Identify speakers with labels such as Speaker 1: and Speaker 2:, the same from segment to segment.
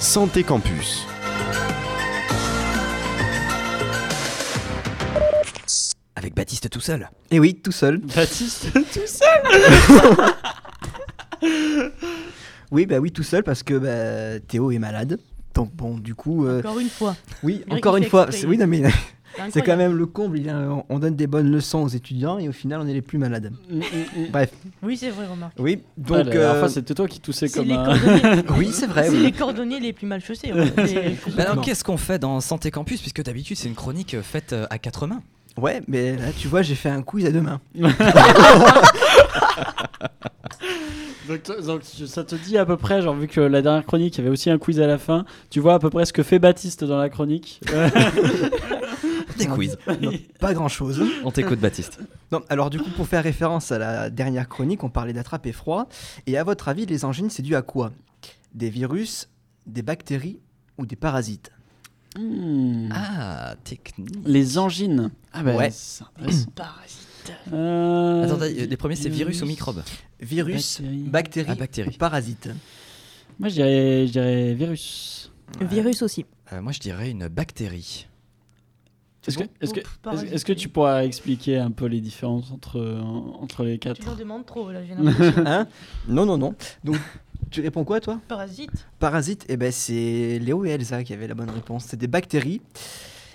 Speaker 1: Santé Campus.
Speaker 2: Avec Baptiste tout seul.
Speaker 3: Et Eh oui, tout seul.
Speaker 4: Baptiste
Speaker 3: Oui, bah oui, tout seul parce que bah, Théo est malade. Donc bon, du coup, euh,
Speaker 5: Encore une fois.
Speaker 3: oui,
Speaker 5: Eric,
Speaker 3: encore
Speaker 5: il
Speaker 3: une
Speaker 5: fait
Speaker 3: fois,
Speaker 5: exprès.
Speaker 3: c'est- oui, non, mais c'est quand
Speaker 5: incroyable.
Speaker 3: même le comble. il y a- on donne des bonnes leçons aux étudiants et au final, on est les plus malades. Bref,
Speaker 5: Oui, c'est vrai, remarque.
Speaker 3: oui.
Speaker 4: Donc,
Speaker 3: Donc,
Speaker 5: Ah
Speaker 4: la dernière
Speaker 3: euh,
Speaker 4: fois, c'était toi qui toussais
Speaker 5: C'est
Speaker 4: comme
Speaker 5: les,
Speaker 4: un.
Speaker 5: cordonniers-
Speaker 3: oui, c'est vrai.
Speaker 5: c'est
Speaker 3: oui.
Speaker 5: les cordonniers les plus mal chaussés. ouais. Les-
Speaker 2: Bah alors
Speaker 3: Complètement.
Speaker 2: qu'est-ce qu'on fait dans Santé Campus Puisque d'habitude c'est une chronique euh, faite euh, à quatre mains.
Speaker 3: Ouais, mais là, tu vois, j'ai fait un quiz à deux mains.
Speaker 4: Donc, toi- donc, ça te dit à peu près, genre, vu que la dernière chronique, il y avait aussi un quiz à la fin, tu vois à peu près ce que fait Baptiste dans la chronique.
Speaker 2: Des quiz.
Speaker 3: Non, pas grand chose.
Speaker 2: On t'écoute Baptiste.
Speaker 3: Non, alors du coup, pour faire référence à la dernière chronique, on parlait d'attraper froid. Et à votre avis, les angines, c'est dû à quoi Des virus, des bactéries ou des parasites
Speaker 4: Hmm.
Speaker 2: Ah, technique.
Speaker 4: Les angines. Ah bah
Speaker 3: Ouais.
Speaker 4: c'est intéressant.
Speaker 5: Parasite.
Speaker 4: Euh,
Speaker 2: Attendez, euh, les premiers c'est virus ou microbes
Speaker 3: Virus,
Speaker 4: Bactéries.
Speaker 3: bactéries,
Speaker 2: Ah, bactéries.
Speaker 3: ou parasites
Speaker 4: Moi je dirais, je dirais virus.
Speaker 5: Virus aussi.
Speaker 2: Euh, Moi je dirais une bactérie.
Speaker 4: Est-ce
Speaker 5: bon
Speaker 4: que, est-ce que,
Speaker 5: Oh,
Speaker 4: est-ce-
Speaker 5: parasite.
Speaker 4: est-ce que tu pourras expliquer un peu les différences entre, entre les quatre
Speaker 5: Tu leur demandes trop, là, j'ai l'impression.
Speaker 3: Hein Non, non, non. Donc, tu réponds quoi, toi
Speaker 5: Parasite.
Speaker 3: Parasites Eh ben, c'est Léo et Elsa qui avaient la bonne réponse. C'est des bactéries.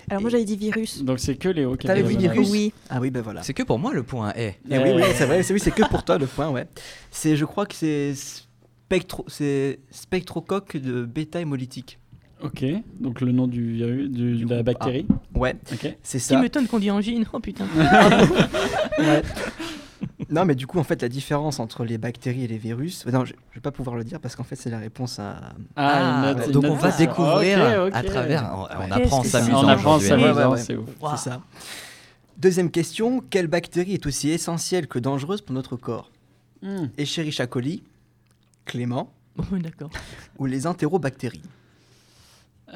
Speaker 6: Alors moi
Speaker 3: Et-
Speaker 6: j'avais dit virus.
Speaker 4: Donc c'est que Léo qui a
Speaker 3: T'avais
Speaker 4: la
Speaker 3: vu
Speaker 4: bonne réponse.
Speaker 3: virus
Speaker 6: Oui.
Speaker 3: Ah oui, ben voilà.
Speaker 2: C'est que pour moi le point est.
Speaker 3: Eh oui,
Speaker 4: Ouais.
Speaker 3: oui, c'est vrai, c'est oui, c'est que pour toi le point, ouais. C'est, je crois que c'est spectro, c'est spectrocoque de bêta hémolytique.
Speaker 4: Ok, donc le nom du virus, du-
Speaker 3: Du
Speaker 4: de la
Speaker 3: groupe A.
Speaker 4: bactérie.
Speaker 3: Ouais,
Speaker 4: Ok.
Speaker 3: c'est
Speaker 5: Qui
Speaker 3: ça.
Speaker 5: m'étonne qu'on dit angine. Oh putain.
Speaker 3: Ouais. non, mais du coup, en fait, la différence entre les bactéries et les virus, non, je, je vais pas pouvoir le dire parce qu'en fait, c'est la réponse à.
Speaker 4: Ah,
Speaker 2: Ah,
Speaker 4: une note- une
Speaker 2: donc on
Speaker 4: note-
Speaker 2: va
Speaker 4: Ah,
Speaker 2: découvrir
Speaker 4: ok, ok.
Speaker 2: à travers. On, on
Speaker 5: Qu'est-ce
Speaker 2: apprend en
Speaker 5: que c'est
Speaker 2: s'amusant.
Speaker 4: On apprend en
Speaker 2: aujourd'hui.
Speaker 3: s'amusant.
Speaker 4: s'amusant,
Speaker 3: Ouais, ouais,
Speaker 4: c'est ouf.
Speaker 5: Waouh.
Speaker 3: C'est ça. Deuxième question quelle bactérie est aussi essentielle que dangereuse pour notre corps
Speaker 4: Hmm.
Speaker 3: Escherichia coli, Clément
Speaker 5: Bon, d'accord.
Speaker 3: ou les entérobactéries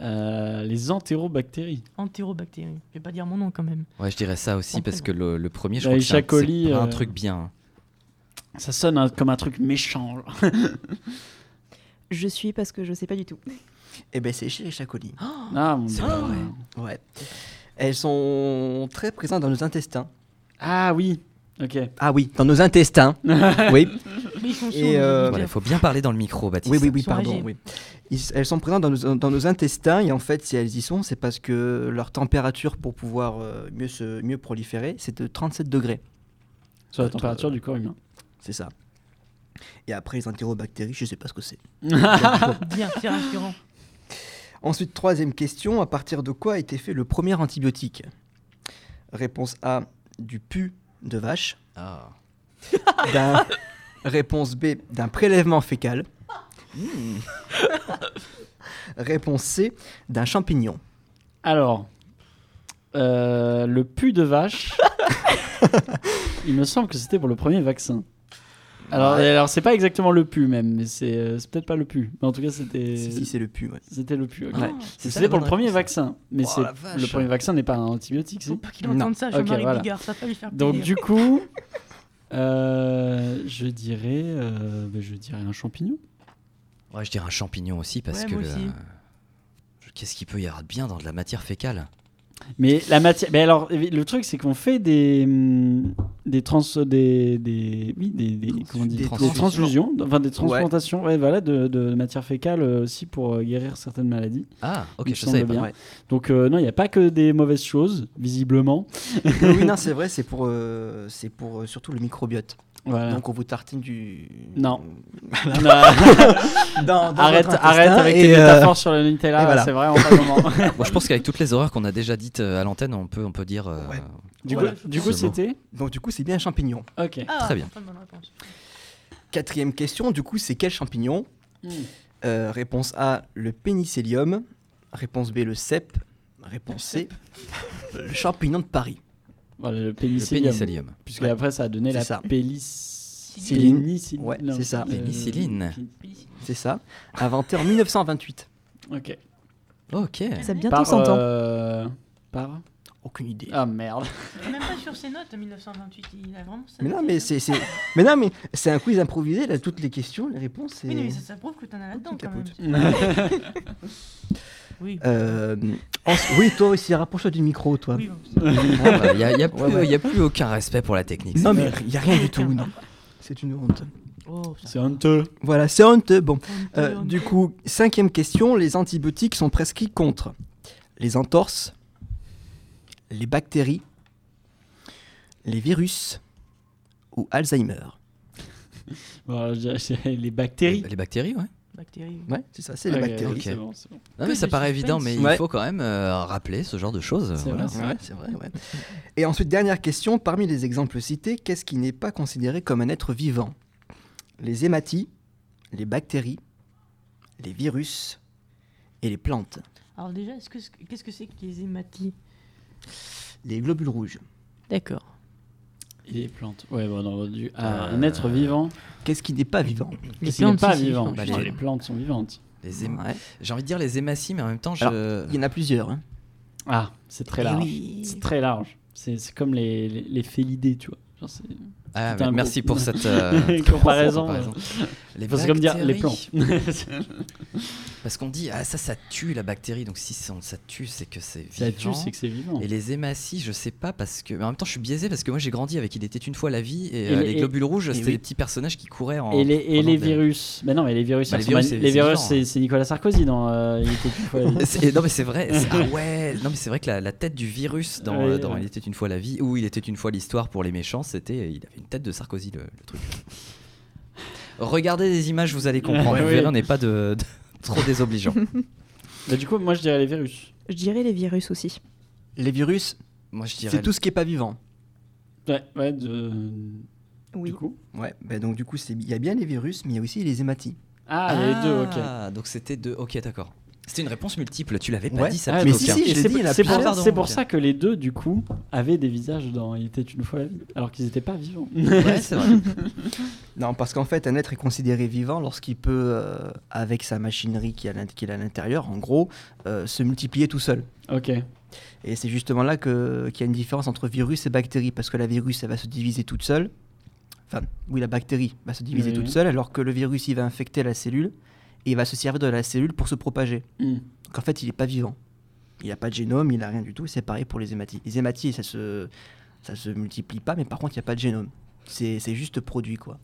Speaker 4: Euh, les entérobactéries.
Speaker 5: Entérobactérie. Je vais pas dire mon nom quand même.
Speaker 2: Ouais, je dirais ça aussi parce que le, le premier, je
Speaker 4: Bah,
Speaker 2: crois que c'est un,
Speaker 4: Isha Coli,
Speaker 2: c'est pas un
Speaker 4: euh,
Speaker 2: truc bien.
Speaker 4: Ça sonne un- comme un truc méchant. genre.
Speaker 6: Je suis parce que je sais pas du tout.
Speaker 3: Eh ben, c'est Escherichia coli.
Speaker 4: Ah, mon
Speaker 2: c'est
Speaker 4: Dieu.
Speaker 2: pas vrai.
Speaker 3: Ouais. Elles sont très présentes dans nos intestins.
Speaker 4: Ah oui. Ok.
Speaker 3: Ah oui, dans nos intestins. oui,
Speaker 5: Mais ils sont sourds.
Speaker 3: Et, euh,
Speaker 5: les
Speaker 2: Voilà, il
Speaker 5: auditeurs.
Speaker 2: faut bien parler dans le micro, Baptiste.
Speaker 3: oui, oui, oui,
Speaker 5: Sont
Speaker 3: pardon.
Speaker 5: âgées.
Speaker 3: oui. Ils- elles sont présentes dans nos, dans nos intestins et en fait, si elles y sont, c'est parce que leur température pour pouvoir euh, mieux, se, mieux proliférer, c'est de 37 degrés.
Speaker 4: Sur la température du corps humain.
Speaker 3: C'est ça. Et après, les entérobactéries, je sais pas ce que c'est.
Speaker 5: Bien, c'est rassurant.
Speaker 3: Ensuite, troisième question à partir de quoi a été fait le premier antibiotique Réponse A du pu de vache.
Speaker 2: Ah.
Speaker 3: D'un- réponse B, d'un prélèvement fécal. Hmm. réponse C, d'un champignon.
Speaker 4: Alors, euh, le pu de vache. il me semble que c'était pour le premier vaccin. Alors, alors c'est pas exactement le pu même, mais c'est euh, c'est peut-être pas le pu. Mais en tout cas, c'était
Speaker 3: Si, si, c'est le pu, ouais.
Speaker 4: c'était le pu. ok.
Speaker 2: Ouais.
Speaker 4: C'est-
Speaker 2: C'est ça
Speaker 4: C'était
Speaker 2: la
Speaker 4: pour
Speaker 2: bonne
Speaker 4: le premier
Speaker 2: réponse.
Speaker 4: vaccin, mais
Speaker 2: Oh,
Speaker 4: c'est
Speaker 2: la vache.
Speaker 4: le premier vaccin n'est pas un antibiotique,
Speaker 5: Faut
Speaker 4: si.
Speaker 5: pas qu'il entende ça, Jean-Marie
Speaker 4: Ok, voilà.
Speaker 5: Bigard. Ça va pas lui faire
Speaker 4: Donc
Speaker 5: plaisir.
Speaker 4: du coup, euh, je dirais, euh, ben, je dirais un champignon.
Speaker 2: Ouais, je dirais un champignon aussi parce
Speaker 5: Ouais,
Speaker 2: que.
Speaker 5: moi
Speaker 2: le-
Speaker 5: aussi.
Speaker 2: Qu'est-ce qu'il peut y avoir de bien dans de la matière fécale
Speaker 4: Mais la matière, mais alors le truc c'est qu'on fait des hum, des trans, des, des oui des, des- comment on dit,
Speaker 3: Des
Speaker 4: des
Speaker 2: transfusions.
Speaker 4: transfusions, enfin des transplantations, ouais, voilà de, de matière fécale euh, aussi pour euh, guérir certaines maladies.
Speaker 2: Ah, ok,
Speaker 4: Il me
Speaker 2: je savais
Speaker 4: semble
Speaker 2: pas.
Speaker 4: bien.
Speaker 3: ouais.
Speaker 4: Donc euh, non, il n'y a pas que des mauvaises choses visiblement.
Speaker 3: Oui, oui, non, c'est vrai, c'est pour, euh, c'est pour euh, surtout le microbiote.
Speaker 4: Voilà.
Speaker 3: Donc on vous tartine du.
Speaker 4: Non. Non,
Speaker 3: Dans- dans
Speaker 4: arrête,
Speaker 3: votre
Speaker 4: arrête
Speaker 3: intestin
Speaker 4: avec
Speaker 3: et,
Speaker 4: tes
Speaker 3: euh,
Speaker 4: métaphores sur la Nutella,
Speaker 3: et voilà.
Speaker 4: c'est vraiment pas le moment.
Speaker 2: Bon, je pense qu'avec toutes les horreurs qu'on a déjà dites euh, à l'antenne, on peut, on peut dire. euh,
Speaker 3: Ouais.
Speaker 4: Du
Speaker 3: Voilà.
Speaker 4: coup, du coup,
Speaker 2: C'est bon.
Speaker 4: c'était
Speaker 3: Donc du coup, c'est bien un champignon.
Speaker 4: ok.
Speaker 5: Ah,
Speaker 2: Très bien.
Speaker 5: pas de bonne réponse.
Speaker 3: Quatrième question, du coup, c'est quel champignon
Speaker 4: Hmm.
Speaker 3: Euh, Réponse A, le pénicillium. Réponse B, le cèpe. Réponse C, le champignon de Paris.
Speaker 4: Voilà, le
Speaker 2: Le
Speaker 4: pénicillium.
Speaker 2: pénicillium.
Speaker 4: Puisque après, ça a donné
Speaker 3: C'est
Speaker 4: la
Speaker 3: ça.
Speaker 4: pénicilline. Pénicilline.
Speaker 3: Ouais,
Speaker 4: Non,
Speaker 3: c'est ça.
Speaker 4: euh,
Speaker 2: Pénicilline.
Speaker 3: C'est ça, inventé en 1928.
Speaker 4: Ok.
Speaker 2: Ok.
Speaker 6: Ça a bientôt
Speaker 4: Par,
Speaker 6: s'entend.
Speaker 4: euh, par.
Speaker 3: Aucune idée.
Speaker 4: Ah merde.
Speaker 5: Il est Même pas sur ses notes, 1928. Il a vraiment sa
Speaker 3: Mais non,
Speaker 5: note.
Speaker 3: mais c'est, c'est- mais non, mais c'est un quiz improvisé, là, toutes les questions, les réponses.
Speaker 5: Oui,
Speaker 3: et-
Speaker 5: non, mais ça, ça prouve que t'en as là-dedans
Speaker 3: Tout
Speaker 5: quand même.
Speaker 3: capote.
Speaker 5: Oui.
Speaker 3: Euh, en- Oui, toi aussi, rapproche-toi du micro, toi.
Speaker 5: Oui, bon,
Speaker 2: Il n'y a, Ah, bah, y a plus-
Speaker 3: Ouais, ouais.
Speaker 2: y a plus aucun respect pour la technique.
Speaker 3: Non, mais il n'y a rien du tout, non. C'est une honte.
Speaker 5: Oh, ça.
Speaker 4: C'est honteux.
Speaker 3: Voilà, c'est honteux. Bon, Euh,
Speaker 5: On
Speaker 3: du coup, cinquième question, les antibiotiques sont prescrits contre les entorses, les bactéries, les virus ou Alzheimer.
Speaker 4: Bon, je dirais- je dirais les bactéries.
Speaker 2: Les bactéries, ouais.
Speaker 5: Bactéries.
Speaker 3: Ouais, c'est ça, c'est les
Speaker 4: Ok,
Speaker 3: bactéries.
Speaker 4: ok, c'est bon, c'est bon.
Speaker 2: Non,
Speaker 5: Que
Speaker 2: mais ça
Speaker 5: du
Speaker 2: paraît
Speaker 5: suspense.
Speaker 2: évident, mais
Speaker 3: Ouais.
Speaker 2: il faut quand même euh, rappeler ce genre de choses.
Speaker 4: C'est
Speaker 2: voilà.
Speaker 4: vrai, c'est
Speaker 3: Ouais, c'est vrai, ouais. Et ensuite, dernière question, parmi les exemples cités, qu'est-ce qui n'est pas considéré comme un être vivant Les hématies, les bactéries, les virus et les plantes,
Speaker 5: Alors déjà, est-ce que qu'est-ce que c'est que les hématies
Speaker 3: les globules rouges.
Speaker 5: D'accord.
Speaker 4: Et les plantes. Ouais, bon, non, du... ah,
Speaker 2: Euh,
Speaker 4: un être vivant.
Speaker 3: Qu'est-ce qui n'est pas vivant
Speaker 5: Les
Speaker 4: S'il n'est
Speaker 5: plantes,
Speaker 4: pas
Speaker 5: si, si,
Speaker 4: vivant.
Speaker 5: si,
Speaker 2: bah,
Speaker 4: putain,
Speaker 2: les-
Speaker 4: les plantes sont vivantes.
Speaker 2: Les hém-
Speaker 3: Ouais.
Speaker 2: J'ai envie de dire les hématies, mais en même temps, je.
Speaker 3: Il y en a plusieurs. hein.
Speaker 4: Ah, c'est très
Speaker 5: Eh
Speaker 4: large.
Speaker 5: oui.
Speaker 4: C'est très large. C'est c'est comme les, les, les félidés, tu vois. Genre, c'est-
Speaker 2: Ah,
Speaker 4: Putain,
Speaker 2: mais merci
Speaker 4: gros.
Speaker 2: pour cette euh,
Speaker 4: Comparaison.
Speaker 2: comparaison. Les
Speaker 4: Parce que comme dire les
Speaker 2: bactéries.
Speaker 4: plantes.
Speaker 2: Parce qu'on dit, ah, ça, ça tue la bactérie. Donc si ça ça tue, c'est que c'est
Speaker 4: Ça
Speaker 2: vivant.
Speaker 4: tue, c'est que c'est vivant.
Speaker 2: Et les hématies, je sais pas parce que. mais en même temps, je suis biaisé parce que moi j'ai grandi avec Il était une fois la vie et,
Speaker 4: Et
Speaker 2: euh,
Speaker 4: les-
Speaker 2: les globules rouges, c'était
Speaker 3: oui.
Speaker 2: des petits personnages qui couraient en.
Speaker 4: Et les, et
Speaker 2: prenant
Speaker 4: les
Speaker 2: des-
Speaker 4: virus. Mais non, mais les virus,
Speaker 2: Bah,
Speaker 4: ils
Speaker 2: les
Speaker 4: sont
Speaker 2: virus,
Speaker 4: mal-
Speaker 2: c'est- hein.
Speaker 4: les
Speaker 2: c'est
Speaker 4: virus,
Speaker 2: vivant.
Speaker 4: c'est c'est Nicolas Sarkozy dans. euh, il était une fois la vie.
Speaker 2: C'est- Non mais c'est vrai. c'est- Ah ouais. Non mais c'est vrai que la, la tête du virus dans,
Speaker 4: Ouais,
Speaker 2: euh, dans
Speaker 4: ouais.
Speaker 2: Il était une fois la vie ou Il était une fois l'histoire pour les méchants, c'était euh, il avait une tête de Sarkozy le, le truc. Regardez les images, vous allez comprendre.
Speaker 4: Ouais,
Speaker 2: vous
Speaker 4: ouais.
Speaker 2: verrez, on n'est pas de, de- trop désobligeant.
Speaker 4: Bah, du coup, moi, je dirais les virus.
Speaker 6: Je dirais les virus aussi.
Speaker 3: Les virus,
Speaker 2: Moi je dirais.
Speaker 3: c'est tout ce qui n'est pas vivant.
Speaker 4: Ouais, ouais, de-
Speaker 6: Oui.
Speaker 4: Du coup.
Speaker 3: Ouais, bah donc du coup, c'est- il y a bien les virus, mais il y a aussi les hématies.
Speaker 4: Ah, il y a les deux, ok.
Speaker 2: Ah, Donc c'était deux. Ok, d'accord. C'était une réponse multiple. Tu l'avais pas
Speaker 3: Ouais.
Speaker 2: dit ça.
Speaker 4: Ah,
Speaker 2: peut
Speaker 3: mais
Speaker 2: être
Speaker 3: si,
Speaker 2: aucun.
Speaker 3: si, je
Speaker 4: Et
Speaker 3: l'ai
Speaker 4: c'est
Speaker 3: dit, il
Speaker 4: pour-
Speaker 3: a
Speaker 4: c'est pour,
Speaker 2: plusieurs,
Speaker 4: c'est
Speaker 2: donc.
Speaker 4: pour ça que les deux, du coup, avaient des visages dans Il était une fois la vie, alors qu'ils n'étaient pas vivants.
Speaker 2: Ouais, c'est vrai.
Speaker 3: Non, parce qu'en fait, un être est considéré vivant lorsqu'il peut, euh, avec sa machinerie qui est à l'int- qu'il a à l'intérieur, en gros, euh, se multiplier tout seul.
Speaker 4: ok.
Speaker 3: Et c'est justement là que- qu'il y a une différence entre virus et bactérie, parce que la virus, elle va se diviser toute seule. Enfin, oui, la bactérie va se diviser
Speaker 4: Oui.
Speaker 3: toute seule, alors que le virus, il va infecter la cellule, et il va se servir de la cellule pour se propager.
Speaker 4: Hmm.
Speaker 3: Donc en fait, il n'est pas vivant. Il n'a pas de génome, il n'a rien du tout. C'est pareil pour les hématies. Les hématies, ça se, ça se multiplie pas, mais par contre, il n'y a pas de génome. C'est c'est juste produit, quoi.